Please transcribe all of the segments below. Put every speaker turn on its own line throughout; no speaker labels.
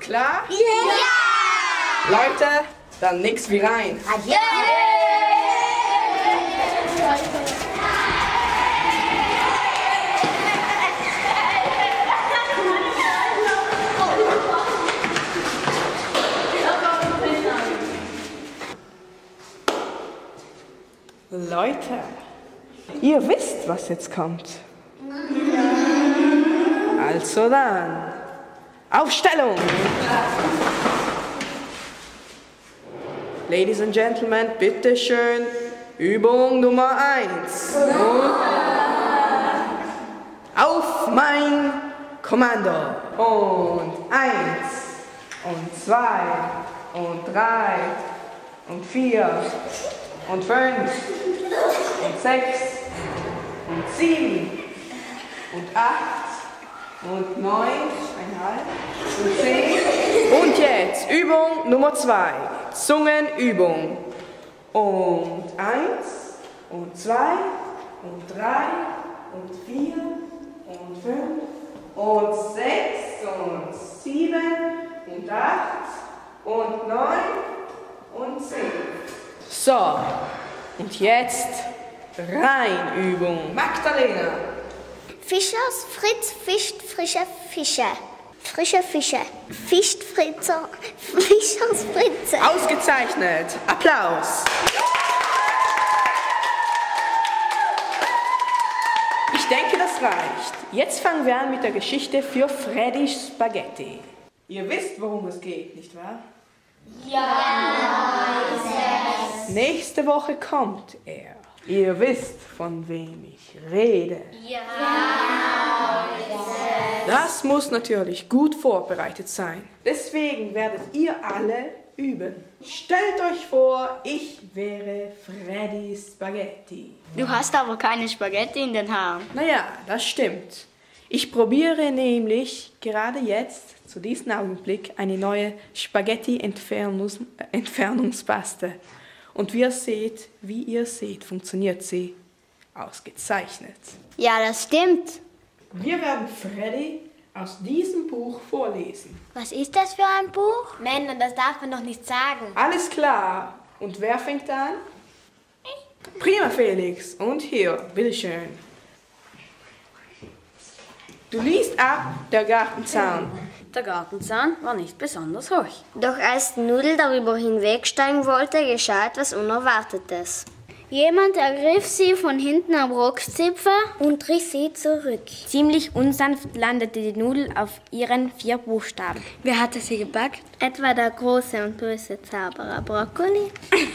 klar?
Ja!
Leute, dann nix wie rein.
Adieu!
Leute, ihr wisst, was jetzt kommt. Also dann, Aufstellung! Ladies and Gentlemen, bitte schön, Übung Nummer 1. Auf mein Kommando. Und eins, und zwei, und drei, und vier, und fünf, und sechs, und sieben, und acht, und neun, einhalb, und zehn. Und jetzt Übung Nummer zwei. Zungenübung. Und eins, und zwei, und drei, und vier, und fünf, und sechs, und sieben, und acht, und neun, und zehn. So, und jetzt Reinübung. Magdalena.
Fischers Fritz fischt frische Fische. Frische Fische. Fischt Fritzer. Fischers Fritze.
Ausgezeichnet. Applaus. Ich denke, das reicht. Jetzt fangen wir an mit der Geschichte für Freddy Spaghetti. Ihr wisst, worum es geht, nicht wahr? Ja, Nächste Woche kommt er. Ihr wisst, von wem ich rede. Das muss natürlich gut vorbereitet sein. Deswegen werdet ihr alle üben. Stellt euch vor, ich wäre Freddy Spaghetti.
Du hast aber keine Spaghetti in den Haaren.
Naja, das stimmt. Ich probiere nämlich gerade jetzt, zu diesem Augenblick, eine neue Spaghetti-Entfernungs- äh, Entfernungspaste. Und wie ihr seht, wie ihr seht, funktioniert sie ausgezeichnet.
Ja, das stimmt.
Wir werden Freddy aus diesem Buch vorlesen.
Was ist das für ein Buch?
Männer, das darf man doch nicht sagen.
Alles klar. Und wer fängt an? Prima, Felix. Und hier, bitteschön. Du liest ab der Gartenzaun.
Der Gartenzaun war nicht besonders hoch.
Doch als Nudel darüber hinwegsteigen wollte, geschah etwas Unerwartetes. Jemand ergriff sie von hinten am Rockzipfer und riss sie zurück.
Ziemlich unsanft landete die Nudel auf ihren vier Buchstaben.
Wer hat das hier gepackt?
Etwa der große und böse Zauberer Brokkoli.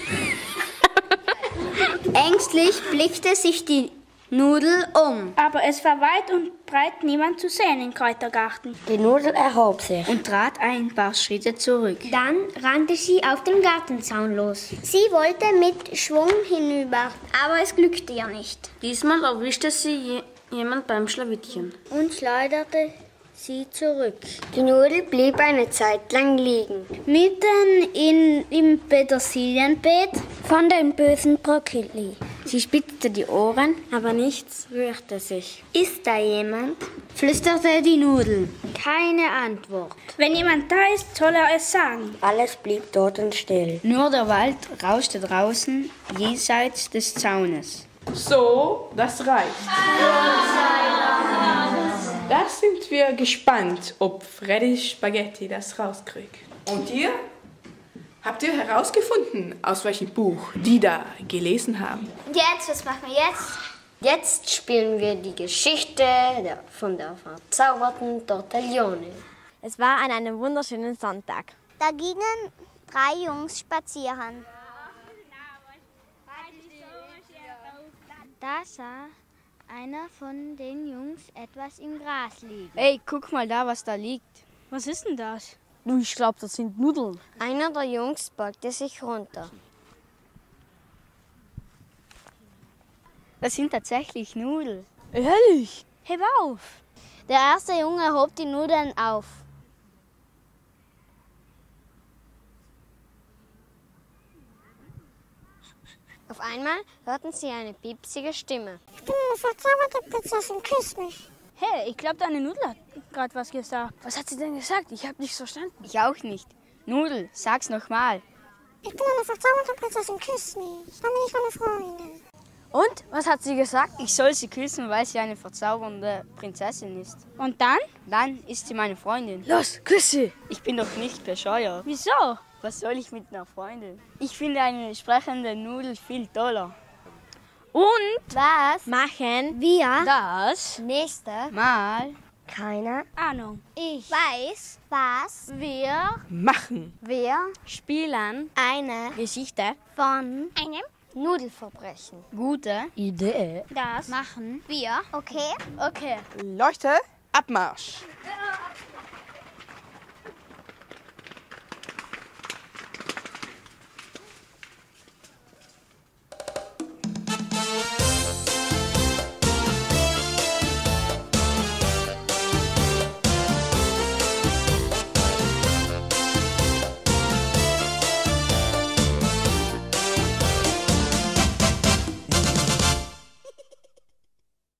Ängstlich blickte sich die Nudel um.
Aber es war weit und breit niemand zu sehen im Kräutergarten.
Die Nudel Also erhob sich.
Und trat ein paar Schritte zurück.
Dann rannte sie auf den Gartenzaun los. Sie wollte mit Schwung hinüber, aber es glückte ihr nicht.
Diesmal erwischte sie je jemand beim Schlawittchen.
und schleuderte sie zurück. Die Nudel blieb eine Zeit lang liegen. Mitten in, im Petersilienbeet von dem bösen Brokkoli.
Sie spitzte die Ohren, aber nichts rührte sich.
Ist da jemand?
Flüsterte die Nudel. Keine Antwort.
Wenn jemand da ist, soll er es sagen.
Alles blieb tot und still.
Nur der Wald rauschte draußen jenseits des Zaunes.
So, das reicht. Da sind wir gespannt, ob Freddy Spaghetti das rauskriegt. Und ihr? Habt ihr herausgefunden, aus welchem Buch die da gelesen haben?
Und jetzt, was machen wir jetzt? Jetzt spielen wir die Geschichte der, von der verzauberten Tortaglione.
Es war an einem wunderschönen Sonntag.
Da gingen drei Jungs spazieren. Da sah einer von den Jungs etwas im Gras liegen.
Ey, guck mal da, was da liegt.
Was ist denn das?
Du, ich glaube, das sind Nudeln.
Einer der Jungs beugte sich runter.
Das sind tatsächlich Nudeln.
Ehrlich?
Heb auf! Der erste Junge hob die Nudeln auf.
Auf einmal hörten sie eine piepsige Stimme.
Ich bin eine verzauberte Prinzessin, küss mich.
Hey, ich glaube, deine Nudel hat gerade was gesagt.
Was hat sie denn gesagt? Ich habe nichts verstanden.
Ich auch nicht. Nudel, sag's nochmal.
Ich bin eine verzauberte Prinzessin, küss mich. Dann bin ich deine Freundin.
Und? Was hat sie gesagt?
Ich soll sie küssen, weil sie eine verzaubernde Prinzessin ist.
Und dann?
Dann ist sie meine Freundin.
Los, küss sie!
Ich bin doch nicht bescheuert.
Wieso?
Was soll ich mit einer Freundin? Ich finde eine sprechende Nudel viel toller.
Und?
Was?
Machen
Wir?
das.
Nächste?
Mal.
Keiner?
Ahnung.
Ich weiß, was wir,
Machen.
wir
Spielen.
eine
Geschichte.
von
Einem?
Nudelverbrechen
Gute.
machen. Wir? Okay.
Leute, Abmarsch.